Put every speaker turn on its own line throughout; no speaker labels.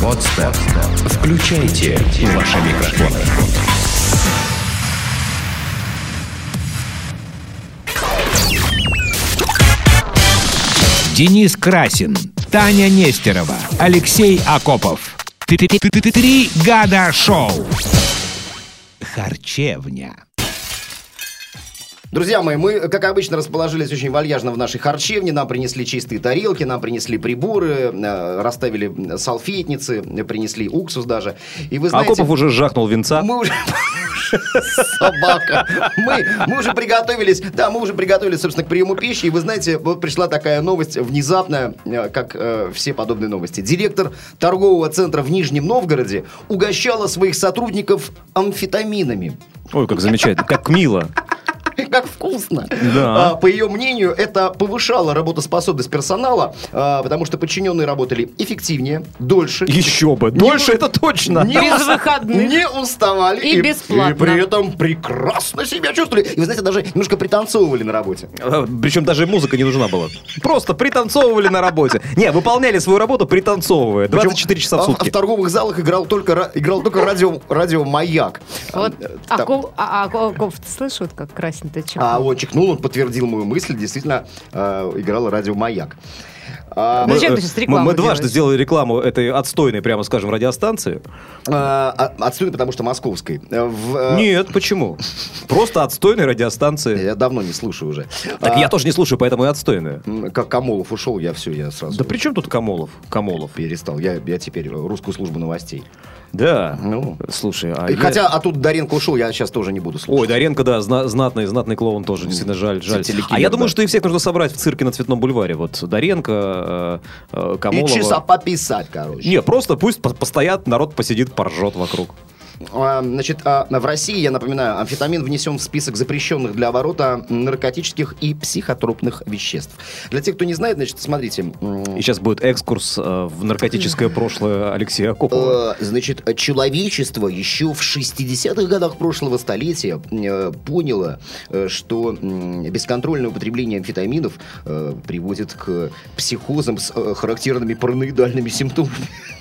Подстер. Включайте ваши микрофоны.
Денис Красин, Таня Нестерова, Алексей Акопов. Три года шоу. Харчевня.
Друзья мои, мы, как обычно, расположились очень вальяжно в нашей харчевне. Нам принесли чистые тарелки, нам принесли приборы, э, расставили салфетницы, э, принесли уксус даже. И вы знаете...
Акопов А уже жахнул венца.
Мы уже... Собака. Мы, мы уже приготовились, да, мы уже приготовились, собственно, к приему пищи. И вы знаете, вот пришла такая новость внезапная, э, как э, все подобные новости. Директор торгового центра в Нижнем Новгороде угощала своих сотрудников амфетаминами.
Ой, как замечательно, как мило.
Как вкусно.
Да.
А, По ее мнению, это повышало работоспособность персонала, а, потому что подчиненные работали эффективнее, дольше.
Еще бы. Дольше это точно.
не
Без
ус-
выходных.
Не уставали.
И бесплатно.
И при этом прекрасно себя чувствовали. И вы знаете, даже немножко пританцовывали на работе.
А, Причем даже музыка не нужна была. Просто пританцовывали на работе. Не, выполняли свою работу пританцовывая.
Причем
24 часа в
а,
сутки.
В торговых залах играл только, ра- играл только радио, радио «Маяк».
Вот
Э, там-
Аков, а, а- Аков, ты слышишь, вот как красен ты чё?
А он чихнул, он подтвердил мою мысль. Действительно, э, играл радио «Маяк». А,
Зачем
Мы,
Ну, ты сейчас
э,
рекламу
мы дважды
делаешь?
сделали рекламу этой отстойной, прямо скажем,
э,
радиостанции.
а- отсюда, потому что московской. Э, в, э,
Нет, почему? Просто отстойной радиостанции.
Я давно не слушаю уже.
Так
А,
я тоже не слушаю, поэтому и отстойная.
м, Как Камолов ушел, я все, я сразу
Да при чем тут Камолов? Камолов.
перестал. Я, я теперь русскую службу новостей.
Да.
Ну.
Слушай, а
И
я-
Хотя, а тут Даренко ушел, я сейчас тоже не буду слушать.
Ой, Даренко, да, зна- знатный, знатный клоун тоже, действительно, жаль, жаль.
Телекиллер,
А я думаю,
да.
что их всех нужно собрать в цирке на Цветном бульваре. Вот Даренко, э, э,
И
Камолова.
часа пописать, короче.
Не, просто пусть по- постоят, народ посидит, поржет вокруг.
А, Значит, а, в России, я напоминаю, амфетамин внесен в список запрещенных для оборота наркотических и психотропных веществ. Для тех, кто не знает, значит, смотрите. м,
И сейчас будет экскурс э, в наркотическое прошлое Алексея Акопова.
э, Значит, человечество еще в 60-х годах прошлого столетия э, поняло, э, что м, бесконтрольное употребление амфетаминов э, приводит к психозам с э, характерными параноидальными симптомами.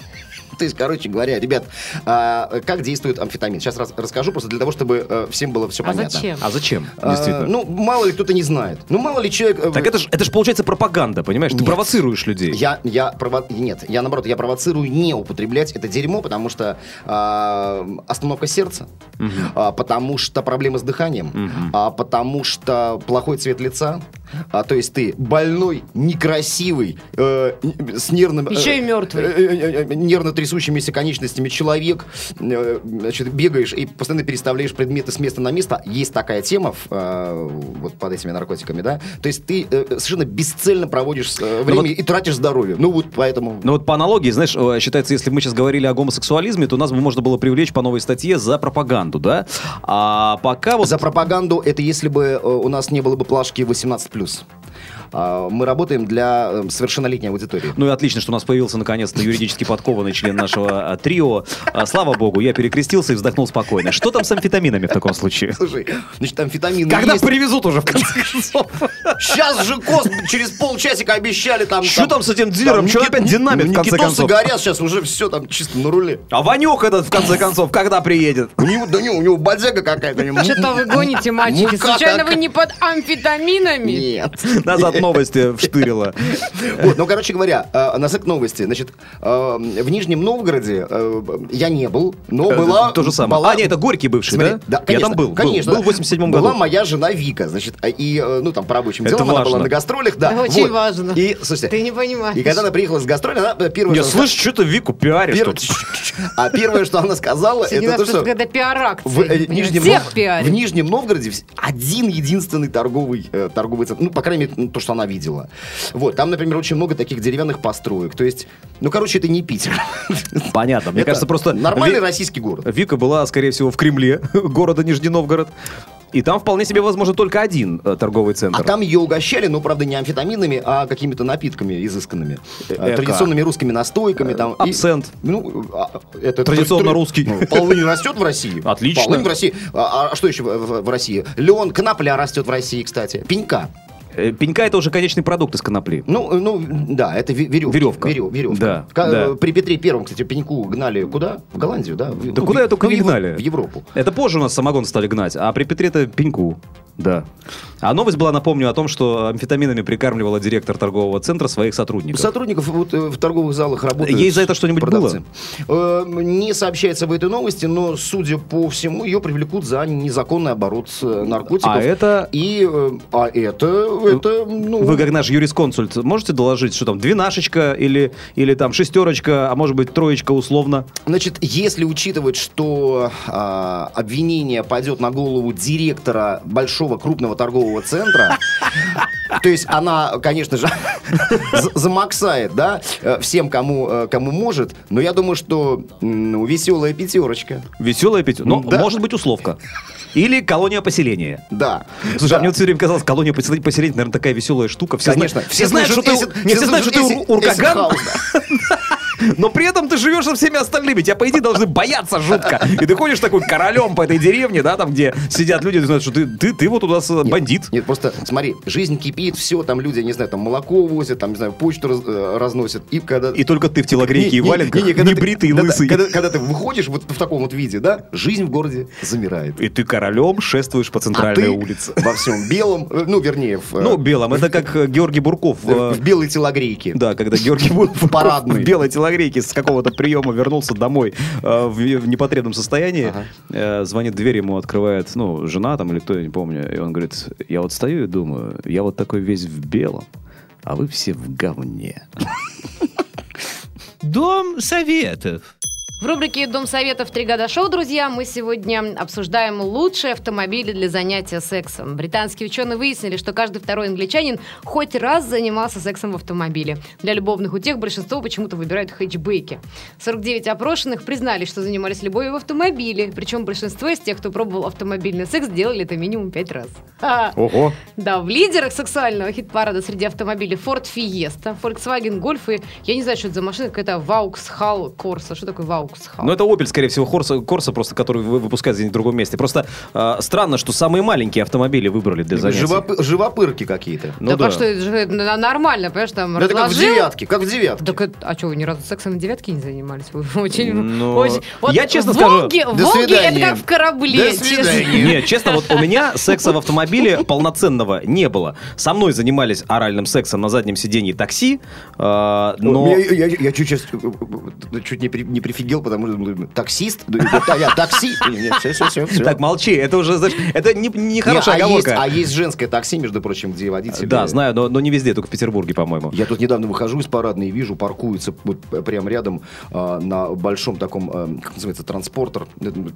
То есть, короче говоря, ребят, а, как действует амфетамин? Сейчас раз- расскажу, просто для того, чтобы э, всем было все
А
понятно.
зачем?
А зачем?
А,
Действительно.
ну, мало ли кто-то не знает. Ну, мало ли человек... э,
так это же это ж получается пропаганда, понимаешь? Ты
Нет.
провоцируешь людей.
Я, я прово... Нет, я наоборот, я провоцирую не употреблять это дерьмо, потому что а, остановка сердца, а, потому что проблемы с дыханием, а, потому что плохой цвет лица, а, то есть ты больной, некрасивый, э, н- с нервным... э,
Еще и мертвый.
э, э, э, нервно трясущимися конечностями человек, э, значит, бегаешь и постоянно переставляешь предметы с места на место. Есть такая тема в, э, вот под этими наркотиками, да? То есть ты э, совершенно бесцельно проводишь э, время
Ну вот-
и тратишь здоровье. Ну вот поэтому...
Ну вот по аналогии, знаешь, э, считается, если бы мы сейчас говорили о гомосексуализме, то нас бы можно было привлечь по новой статье за пропаганду, да? А пока вот...
За пропаганду это если бы э, у нас не было бы плашки 18+. А, Мы работаем для э, совершеннолетней аудитории.
Ну и отлично, что у нас появился наконец-то юридически подкованный член нашего а, трио. А, Слава богу, я перекрестился и вздохнул спокойно. Что там с амфетаминами в таком случае?
Слушай, значит, амфетамины
Когда
есть.
привезут уже, в конце концов?
Сейчас же КОС через полчасика обещали там...
Чё там с этим дилером? Чё
ну, Никит-
опять динамит, в конце
Никитосы
концов?
горят сейчас, уже все там чисто на руле.
А Ванюк этот, в конце концов, когда приедет?
У него, да не, у него бодяга какая-то. у него
Что-то вы гоните,
Ну,
мальчики.
э, как-
Случайно
как-
вы не под амфетаминами?
Нет.
Нас от новости вштырило.
Вот, ну, короче говоря, э, на к новости. Значит, э, в Нижнем Новгороде э, я не был, но
Э,
была...
То же самое.
была-
А, нет, это Горький бывший,
Смотри,
да?
да,
Я
конечно,
там был. был.
Конечно.
Был в 87
Была
году.
моя жена Вика, значит, а, и, э, ну, там, по рабочим
Это
делам она была
важно.
на гастролях, да.
Это очень
вот.
важно.
И, слушайте,
Ты не понимаешь.
и когда она приехала с гастроли, она э, первое...
Я
что-
слышь, что ты Вику пиаришь
пер-
тут?
А первое, что она сказала,
Среди
это
нас
то, что...
просто когда пиар-акции.
В, э,
понимаешь,
Нижнем,
Всех
Нов- в
пиарят.
Нижнем Новгороде вс- один единственный торговый, э, торговый центр. Ну, по крайней мере, ну, то, что она видела. Вот, там, например, очень много таких деревянных построек. То есть, ну, короче, это не Питер.
Понятно. Мне
Это
кажется, просто... Э,
Нормальный
Ви-
российский город.
Вика была, скорее всего, в Кремле, города Нижний Новгород. И там вполне себе, возможно, только один э, торговый центр.
А там ее угощали, но, правда, не амфетаминами, а какими-то напитками изысканными. Э,
Эко.
Традиционными русскими настойками. Там, и-
Э, Абсент.
ну, а, это...
Традиционно русский.
Ну, Полынь растет в России.
Отлично.
Полынь в России. А, а что еще в, в- в России? Лен, конопля растет в России, кстати. Пенька.
Э, Пенька это уже конечный продукт из конопли.
Ну, э, ну, да, это ве- веревка.
Веревка.
Верё- веревка.
Да,
Ка-
да.
э, При Петре Первом, кстати, пеньку гнали куда? В Голландию, да? В-
Да
ну,
куда
в-
её только
ну,
не
в Ев-
гнали.
В Европу.
Это позже у нас самогон стали гнать, а при Петре это пеньку. Да. А новость была, напомню, о том, что амфетаминами прикармливала директор торгового центра своих сотрудников.
Сотрудников вот, э, в торговых залах работают.
Ей за это что-нибудь
продавцы. Э, не сообщается об этой новости, но, судя по всему, ее привлекут за незаконный оборот э, наркотиков.
А это...
И, э, а это, это, ну...
Вы, как наш юрисконсульт, можете доложить, что там двенашечка или, или там шестерочка, а может быть троечка условно?
Значит, если учитывать, что а, обвинение пойдет на голову директора большого крупного торгового центра, то есть она, конечно же, за- замаксает, да, э, всем, кому, э, кому может, но я думаю, что м, ну, веселая пятерочка.
Веселая пятерка. Ну,
Да.
может быть, условка. Или колония поселения.
Да.
Слушай,
Да.
а мне вот все время казалось, колония поселения, поселения, наверное, такая веселая штука. Все
Конечно.
Знают, все знают, что ты,
Эсид-
не, все
все
знают, что ты
слушают
ур-
Эсид-
уркаган,
Эсид Хаус,
но при этом ты живешь со всеми остальными. Тебя, по идее, должны бояться жутко. И ты ходишь такой королем по этой деревне, да, там, где сидят люди, и знают, что ты, ты, ты вот у нас э,
Нет,
бандит.
Нет, просто смотри, жизнь кипит, все, там люди, не знаю, там молоко возят, там, не знаю, почту раз- э, разносят. И когда...
И только ты в телогрейке
Не-
и
не-
валенках,
не- не, когда ты-
небритый и
да-да,
лысый.
Когда, когда ты выходишь вот в таком вот виде, да, жизнь в городе замирает.
И ты королем шествуешь по
А
центральной
ты
улице.
во всем белом, э, ну, вернее, в, э,
Ну, белом. Это как э, Георгий Бурков.
в,
э,
в белой телогрейке.
Да, когда Георгий Буров в
Парадный.
белой телогрейке с какого-то приема вернулся домой э, в, в непотребном состоянии, э, звонит в дверь, ему открывает, ну, жена там или кто, я не помню, и он говорит, я вот стою и думаю, я вот такой весь в белом, а вы все в говне.
Дом советов.
В рубрике «Дом советов. Три года шоу», друзья, мы сегодня обсуждаем лучшие автомобили для занятия сексом. Британские ученые выяснили, что каждый второй англичанин хоть раз занимался сексом в автомобиле. Для любовных утех большинство почему-то выбирают хэтчбеки. 49 опрошенных признали, что занимались любовью в автомобиле. Причем большинство из тех, кто пробовал автомобильный секс, делали это минимум пять раз. Ха.
Ого!
Да, в лидерах сексуального хит-парада среди автомобилей Ford Fiesta, Volkswagen Golf и, я не знаю, что это за машина, какая-то Vauxhall Corsa. Что такое Vauxhall?
Ну, это Opel, скорее всего, Хорса, Корса, просто который вы- выпускают где-нибудь в другом месте. Просто э, странно, что самые маленькие автомобили выбрали для занятий.
Живопы- живопырки какие-то. Ну,
Ну
так
да. Ну,
а что, это же н- нормально, понимаешь, там
это как в
разложил.
девятке, как в девятке.
Так это- а что, вы ни разу сексом в девятке не занимались? Вы Очень,
Ну,
очень-
я честно
Волги,
скажу,
до
Волги это
свидания.
как в
До
корабле, честно.
свидания.
Нет, честно, вот у меня секса в автомобиле полноценного не было. Со мной занимались оральным сексом на заднем сиденье такси, э, но...
Ну, Я, я- я- я чуть, сейчас, э, э, чуть не, при- не прифигел, потому что думаю, таксист, Да, да, я такси. Все, все, все.
Так, молчи, это уже, знаешь, это не- нехорошая
а, есть,
оговорка.
а есть женское такси, между прочим, где водитель.
Да,
э,
знаю, но, но не везде, только в Петербурге, по-моему.
Я тут недавно выхожу из парадной и вижу, паркуется вот прямо рядом а, на большом таком, э, как называется, транспортер. ну,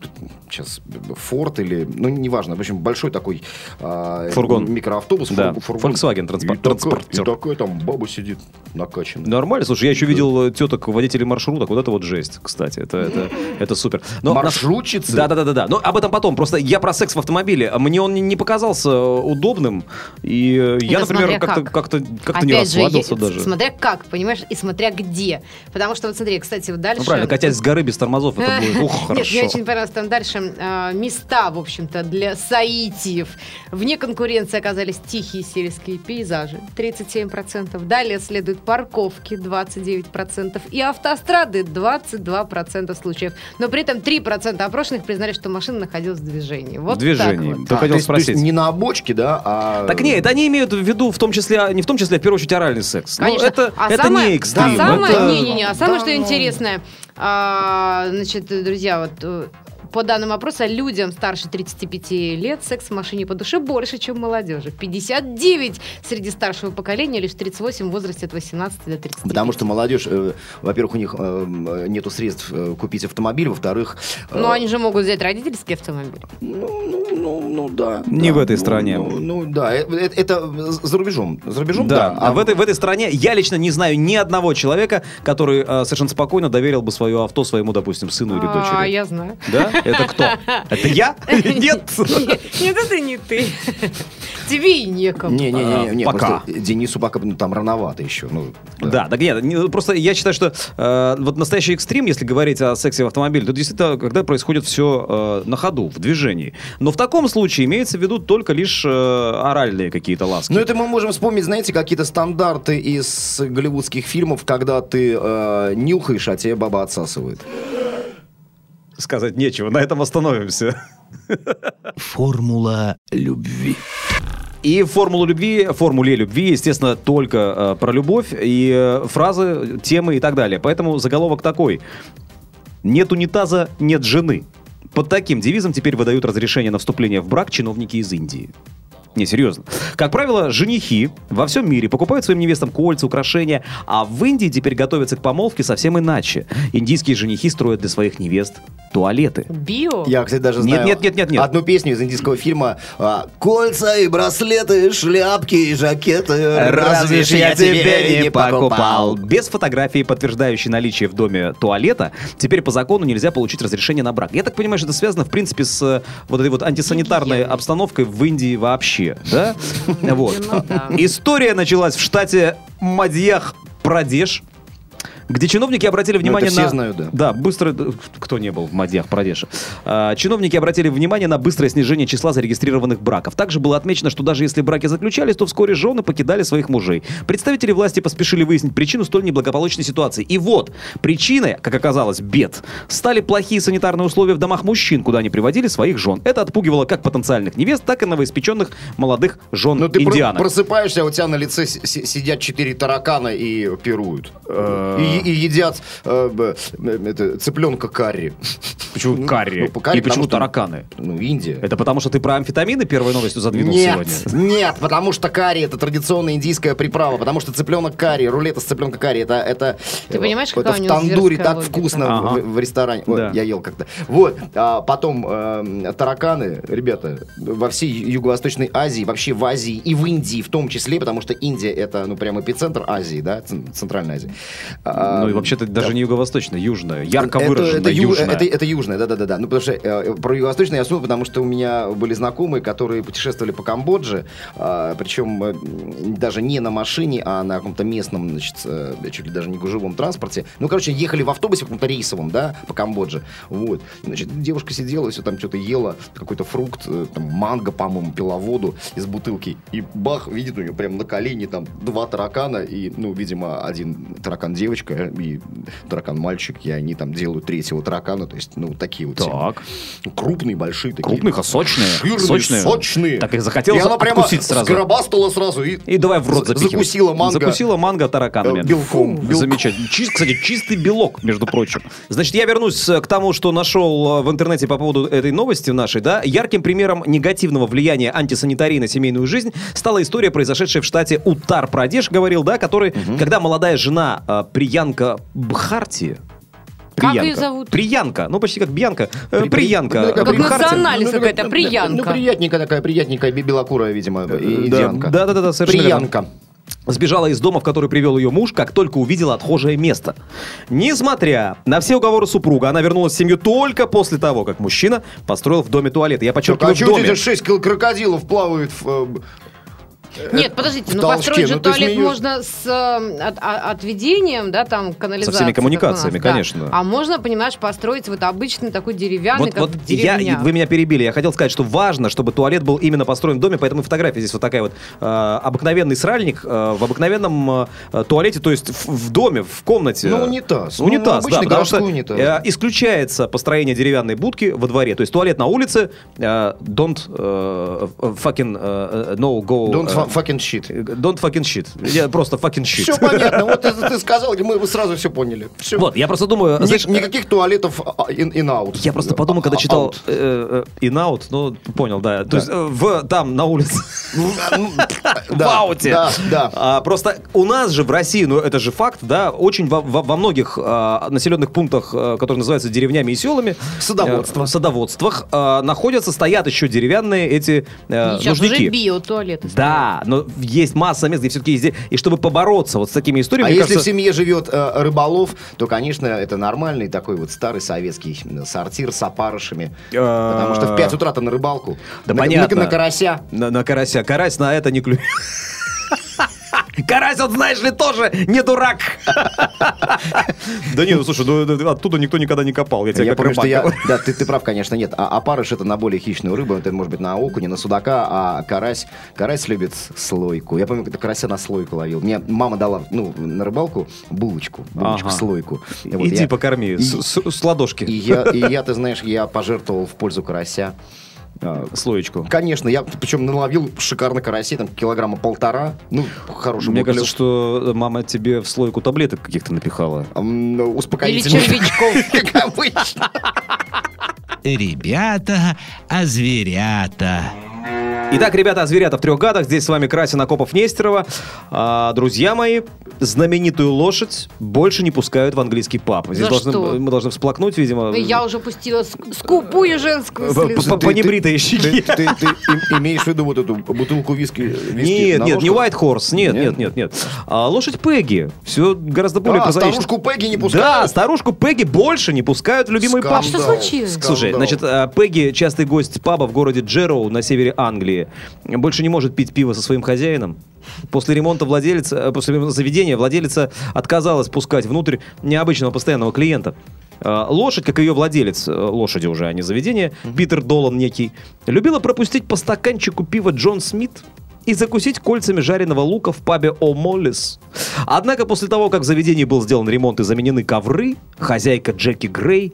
Сейчас Форд или, ну, неважно. В общем, большой такой... а,
Фургон.
Микроавтобус.
Да,
фур-
Volkswagen транспор-
И такая-
транспортер. Ну,
И такая там баба сидит накачанная.
Нормально, слушай, я еще видел э, теток водителей маршруток, вот это вот жесть, кстати, это, это, это супер. Но на-
Маршрутчицы?
ну, Да, да, да, да, да. Но об этом потом. Просто я про секс в автомобиле. Мне он не- не показался э, удобным. И э, я,
Это
например,
смотря
как-то
как.
как-то как-то не
Опять же,
расслабился
е-
даже.
Смотря как, понимаешь, и смотря где. Потому что, вот смотри, кстати, вот дальше...
Ну правильно, катясь с горы без тормозов, это будет ух,
Э, Нет, мне
хорошо.
очень понравилось там дальше э, места, в общем-то, для соитиев. Вне конкуренции оказались тихие сельские пейзажи, 37%. Далее следуют парковки, 29%. И автострады, 22% случаев. Но при этом 3% опрошенных признали, что машина находилась в движении. Вот
В движении.
так вот.
Ты
А,
хотел
то есть- то есть
спросить.
не на обочке, да, а...
Так не, это они имеют в виду в том числе, не в том числе, а в первую очередь оральный секс. Ну,
Конечно.
это,
А
это
самое-
не экстрим.
А самое,
это-
не, не, не, а самое,
Да
что
ну.
интересное, а, значит, друзья, вот э, по данным опроса, людям старше 35 лет секс в машине по душе больше, чем молодежи. 59 среди старшего поколения, лишь 38 в возрасте от 18 до 30.
Потому что молодежь, э, во-первых, у них э, нету средств э, купить автомобиль, во-вторых... э,
Ну, они же могут взять родительский автомобиль.
Ну, ну, ну, ну, да.
Не
да,
в этой
ну,
стране.
Ну, ну, да, э, э, это, за рубежом. За рубежом,
Да,
да.
а в этой, в этой стране я лично не знаю ни одного человека, который э, совершенно спокойно доверил бы свое авто своему, допустим, сыну
Ну,
или
А,
дочери.
я знаю.
Да? Это кто? Это я? Нет.
Нет, это не ты. Тебе и некому.
Не, не, не, не,
А, пока.
просто Денису пока ну, там рановато еще. Ну,
Да, так нет, не- ну, просто я считаю, что э, вот настоящий экстрим, если говорить о сексе э, в автомобиле, то действительно, когда происходит все на ходу, в движении. Но в таком случае имеется в виду только лишь э, оральные какие-то ласки.
Ну, это мы можем вспомнить, знаете, какие-то стандарты из голливудских фильмов, когда ты э, нюхаешь, а тебе баба отсасывает.
Сказать нечего, на этом остановимся.
Формула любви.
И формулу любви, формуле любви, естественно, только э, про любовь и э, фразы, темы и так далее. Поэтому заголовок такой. Нет унитаза, нет жены. Под таким девизом теперь выдают разрешение на вступление в брак чиновники из Индии. Не, серьезно. Как правило, женихи во всем мире покупают своим невестам кольца, украшения, а в Индии теперь готовятся к помолвке совсем иначе. Индийские женихи строят для своих невест туалеты.
Био?
Я, кстати, даже
Нет,
знаю
нет, нет, нет, нет.
одну песню из индийского фильма а, «Кольца и браслеты, шляпки и жакеты, разве ж я тебе не покупал?»
Без фотографии, подтверждающей наличие в доме туалета, теперь по закону нельзя получить разрешение на брак. Я так понимаю, что это связано, в принципе, с э, вот этой вот антисанитарной
Гигиеной.
обстановкой в Индии вообще, да? Вот.
Ну да.
История началась в штате Мадьях-Прадеш, где чиновники обратили
Ну, это
внимание
все
на...
знают, да.
Да, быстро... э, Кто не был в Мадьях Прадеше? А, чиновники обратили внимание на быстрое снижение числа зарегистрированных браков. Также было отмечено, что даже если браки заключались, то вскоре жены покидали своих мужей. Представители власти поспешили выяснить причину столь неблагополучной ситуации. И вот, причиной, как оказалось, бед, стали плохие санитарные условия в домах мужчин, куда они приводили своих жен. Это отпугивало как потенциальных невест, так и новоиспеченных молодых жен
Ну, ты про-
индианок.
просыпаешься, а у тебя на лице с- с- сидят четыре таракана и пируют. И, и едят э, б- м- это, цыпленка карри.
Почему
Ну,
карри?
ну, по карри,
и
потому
почему
что-
тараканы?
Ну, Индия.
Это потому, что ты про амфетамины первой новостью задвинул
Нет,
сегодня?
нет, потому что карри это традиционная индийская приправа, потому что цыпленок карри, рулет из цыпленка карри, это это.
Ты понимаешь,
это
какая
в
у него
тандуре
зверская
так
логика?
вкусно в-
Ага.
в, в ресторане. Ой,
Да.
я ел как-то. Вот, а потом эм, тараканы, ребята, во всей юго-восточной Азии, вообще в Азии и в Индии в том числе, потому что Индия это ну прям эпицентр Азии, да, цен- центральная Азия. А,
Ну и вообще-то даже
да.
не юго-восточная, южная, ярко
Это-
выраженная
это, ю-
южная.
это, это южная, да-да-да. Ну, потому что э, про юго-восточное я сумел, потому что у меня были знакомые, которые путешествовали по Камбодже, а, причем э, м, даже не на машине, а на каком-то местном, значит, э, чуть ли даже не гужевом транспорте. Ну, короче, ехали в автобусе каком-то рейсовом, да, по Камбодже. Вот. Значит, девушка сидела, все там что-то ела, какой-то фрукт, э, там, манго, по-моему, пила воду из бутылки. И бах, видит у нее прям на колени там два таракана, и, ну, видимо, один таракан девочка и таракан мальчик, и они там делают третьего таракана, то есть, ну, такие вот. темы.
Так,
Крупные, большие такие.
крупных, а сочные.
Жирные,
сочные.
сочные.
Так и захотелось
И она прямо
откусить сразу.
сгробастала сразу и,
И э, давай в рот
за-
запихивать.
закусила манго.
Закусила манго тараканами.
Э, белком.
Фу,
Белком.
Замечательно. Чис- кстати, чистый белок, между прочим. Значит, я вернусь э, к тому, что нашел э, в интернете по поводу этой новости нашей, да. Ярким примером негативного влияния антисанитарии на семейную жизнь стала история, произошедшая в штате Утар-Прадеш, говорил, да, который, когда молодая жена э, Приянка Бхарти,
Как
Приянка.
её зовут?
Приянка. Ну, почти как Бьянка. Э,
При-
Приянка.
ну, такая
Как
приятная.
Бхарти.
национальная
Ну,
какая-то
ну,
приянка.
Ну, приятненькая такая, приятненькая, бе- белокурая, видимо, и-
Э, да.
индианка.
Да, да, да, да, совершенно верно.
Приянка.
Сбежала из дома, в который привел ее муж, как только увидела отхожее место. Несмотря на все уговоры супруга, она вернулась в семью только после того, как мужчина построил в доме туалет. Я
Так,
подчеркиваю,
а
в
чё у
доме.
тебя шесть кил- крокодилов плавают в... э, б-
Нет, подождите,
в
ну
толчке,
построить же
ну ты
туалет
смеёшься.
можно с э, от- а- отведением, да, там, канализацией. как у нас,
коммуникациями,
да.
конечно.
А можно, понимаешь, построить вот обычный такой деревянный,
Вот,
как
вот
в
я,
деревнях.
вы меня перебили. Я хотел сказать, что важно, чтобы туалет был именно построен в доме, поэтому и фотография здесь вот такая вот. э, обыкновенный сральник э, в обыкновенном э, туалете, то есть в, в доме, в комнате.
Ну, унитаз. Ну,
Унитаз,
обычный
да, потому
городской
что
унитаз.
э, исключается построение деревянной будки во дворе. То есть туалет на улице, э, don't э, fucking э, no go...
Don't
э,
fu- fucking shit.
don't fucking shit. Я просто fucking shit.
Все понятно. Вот это ты сказал, и мы сразу все поняли. Всё.
Вот, я просто думаю...
Ни-
знаешь, э,
Никаких туалетов а, ин-аут.
Я просто подумал,
А,
когда читал э, э, In-Out, ну, понял, да. То есть э, в, там, на улице. ну, в ауте.
а, Да, да.
А, просто у нас же в России, ну это же факт, да, очень во, во- во многих а, населенных пунктах, а, которые называются деревнями и селами,
Садоводство.
э, в садоводствах а, находятся, стоят еще деревянные эти э,
Ну, Сейчас уже
нужники.
биотуалет.
Да, но есть масса мест, где все-таки есть... де- И чтобы побороться вот с такими историями,
А
мне
если в
кажется,
семье живет э, рыболов, то, конечно, это нормальный такой вот старый советский м, сортир с опарышами.
Э,
Потому что в 5 утра ты на рыбалку.
Да
на,
понятно.
на- на карася.
на, на карася. Карась на это не клюет. Карась, он, знаешь ли, тоже не дурак. Да нет, ну, слушай, ну, да, оттуда никто никогда не копал. Я тебя
Я
как
помню, что
рыбак.
я... Да, ты, ты прав, конечно, нет. А опарыш это на более хищную рыбу, это может быть на окуня, на судака, а карась, карась любит слойку. Я помню, когда карася на слойку ловил. Мне мама дала, ну, на рыбалку булочку, булочку,
Ага.
слойку. И вот
Иди
я-
покорми
И-
с с- с ладошки.
И я, и я, ты знаешь, я пожертвовал в пользу карася.
А, Слоечку.
Конечно, я причем наловил шикарно карасей, там килограмма полтора, ну, хороший
Мне
был
кажется,
клюв.
что что мама тебе в слойку таблеток каких-то напихала.
М,
Или
Успокоительный.
червячков.
Как обычно.
Ребята, а зверята.
Итак, ребята, зверята в трех гадах. Здесь с вами Красин Акопов Нестерова. А, друзья мои, знаменитую лошадь больше не пускают в английский паб. Здесь
За
должны-
что?
мы должны всплакнуть, видимо.
Ну, Я уже пустила ск- скупую женскую
П-
слезу.
п- по небритой щеке.
Ты, ты- ты им- имеешь в виду вот эту бутылку виски? виски
Нет,
на
нет, не
ложках?
White Horse, нет,
Нет?
нет, нет, нет. А, лошадь Пегги. Все гораздо более
А,
прозаично.
старушку Пегги не
Да,
пускают?
старушку Пегги больше не пускают в любимый
Скандал,
паб.
А что случилось?
скандал.
Слушай, значит, а, Пегги, частый гость паба в городе Джероу на севере Англии, больше не может пить пиво со своим хозяином. После ремонта владелец, э, после ремонта заведения владелица отказалась пускать внутрь необычного постоянного клиента. А, Лошадь, как и ее владелец, э, лошади уже, а не заведение, Питер Долан некий, любила пропустить по стаканчику пива Джон Смит и закусить кольцами жареного лука в пабе О'Моллис. Однако после того, как в заведении был сделан ремонт и заменены ковры, хозяйка Джеки Грей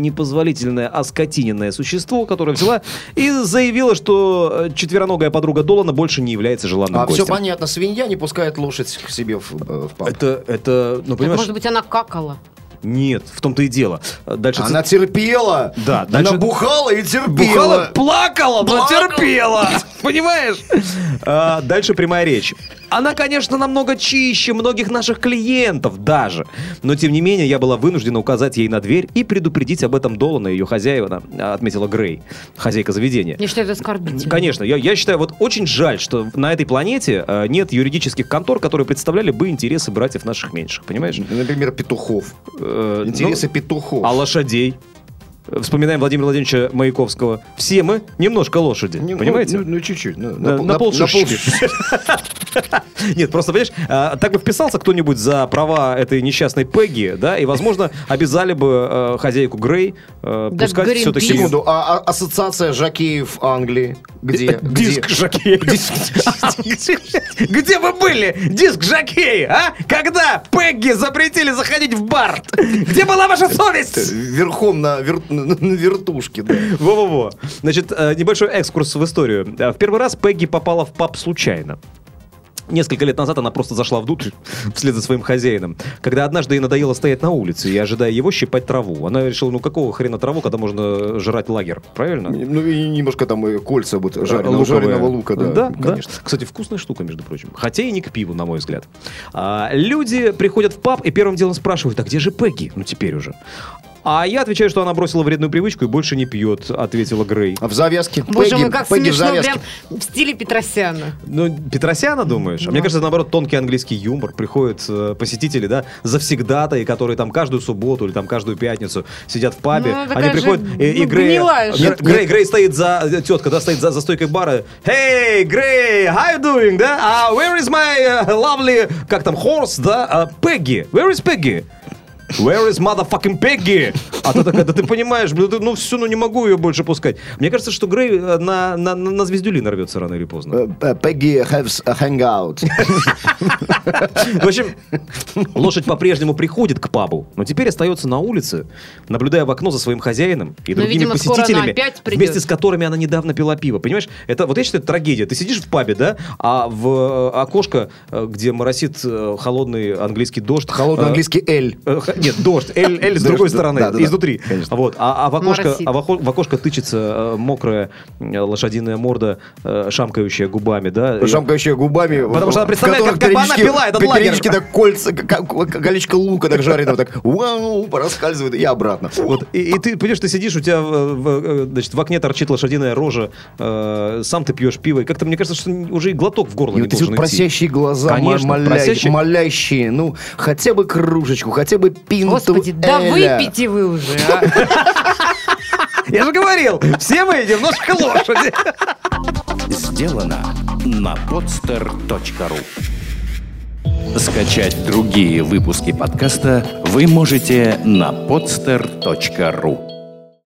непозволительное оскотиненное существо, которое взяла и заявила, что э, четвероногая подруга Долана больше не является желанным
А все
гостем.
понятно, свинья не пускает лошадь к себе в, э, в паб.
Это, это, ну
Так,
понимаешь,
Может быть, она какала.
нет, в том-то и дело. Э, Дальше
Она терпела.
Да,
Она
дальше-
бухала и терпела.
Бухала, плакала, но
Плакала.
терпела. Понимаешь? А, Дальше прямая речь. Она, конечно, намного чище многих наших клиентов даже. Но, тем не менее, я была вынуждена указать ей на дверь и предупредить об этом Долана и ее хозяина, а, отметила Грей, хозяйка заведения.
Я считаю, это оскорбительно.
Э, Конечно, я, я считаю, вот очень жаль, что на этой планете э, нет юридических контор, которые представляли бы интересы братьев наших меньших, понимаешь?
Например, петухов.
Э,
Интересы
ну,
петухов.
а лошадей? Вспоминаем Владимира Владимировича Маяковского. Все мы немножко лошади,
Не, ну,
понимаете?
Ну, ну, чуть-чуть. Ну,
Да,
пол-
на
пол-
полшишки. Нет, просто, понимаешь, э, так бы вписался кто-нибудь за права этой несчастной Пегги, да, и, возможно, обязали бы э, хозяйку Грей э,
Да
пускать
Гринпис.
все-таки...
Секунду, а, а- ассоциация жакеев Англии где?
Диск
где?
жокеев. Где вы были? Диск жокей, а? Когда Пегги запретили заходить в бар? Где была ваша совесть?
Верхом на, вер- на- на вертушке, да.
Во-во-во. Значит, э, небольшой экскурс в историю. Э, В первый раз Пегги попала в паб случайно. Несколько лет назад она просто зашла внутрь вслед за своим хозяином, когда однажды ей надоело стоять на улице и, ожидая его, щипать траву. Она решила, ну какого хрена траву, когда можно жрать лагерь, правильно?
Ну и немножко там и кольца вот жареного,
Луковая.
жареного лука, да.
Э, Да,
конечно.
да. Кстати, вкусная штука, между прочим. Хотя и не к пиву, на мой взгляд. А, люди приходят в паб и первым делом спрашивают, а где же Пегги? Ну, теперь уже. А я отвечаю, что она бросила вредную привычку и больше не пьет, ответила Грей.
А в завязке.
Боже
Пегги-
мой, как
Пегги в
смешно,
завязке.
прям в стиле Петросяна.
Ну, Петросяна, думаешь? А мне
Да.
кажется, наоборот, тонкий английский юмор. Приходят э, посетители, да, завсегдатые, которые там каждую субботу или там каждую пятницу сидят в пабе.
Ну, такая
Они
же,
приходят, и, и
ну,
Грей,
гнилая же.
Гр- Грей, Грей стоит за, э, тетка, да, стоит за, за стойкой бара. Hey, Грей, how you doing, да? А where is my э, lovely, как там, horse, да? А, Пегги, where is Peggy? Where is motherfucking Peggy? А ты такая, да ты понимаешь, блин, ты- ну все, ну не могу ее больше пускать. Мне кажется, что Грей э, на, на, на на звездюлей нарвется рано или поздно.
Э, э, Пегги has a hangout.
В общем, лошадь по-прежнему приходит к пабу, но теперь остается на улице, наблюдая в окно за своим хозяином и
Ну,
другими
видимо, скоро она
посетителями,
опять придет.
вместе с которыми она недавно пила пиво. Понимаешь, это вот я считаю, это трагедия. Ты сидишь в пабе, да, а в э, окошко, э, где моросит э, холодный английский дождь.
Холодный
э,
английский L.
э, х- Нет, дождь. Эль, эль с
Дождь,
другой
да,
стороны,
да, да, да,
изнутри.
конечно.
Вот. А, а в, окошко,
Моросит.
а в охо- в окошко тычется э, мокрая э, лошадиная морда, э, шамкающая губами, да. и-
Жамкающая губами.
Потому что она представляет,
которых
как- как бы она
периодически-
пила этот лагерь.
периодически так кольца, как- как- колечко лука так жареного, так вау, проскальзывает и обратно.
Вот, и, и ты, понимаешь, ты сидишь, у тебя в, в- э, значит, в окне торчит лошадиная рожа, э, сам ты пьешь пиво, и как-то мне кажется, что уже и глоток в горло
И
не
вот эти
должен
вот
идти.
просящие глаза, мо-
Конечно,
моля-
просящие.
молящие, ну, хотя бы кружечку, хотя бы
Ну,
пинту
Господи, да
эля.
выпейте вы уже, а.
Я же говорил, все мы немножко лошади.
Сделано на podster.ru Скачать другие выпуски подкаста вы можете на podster.ru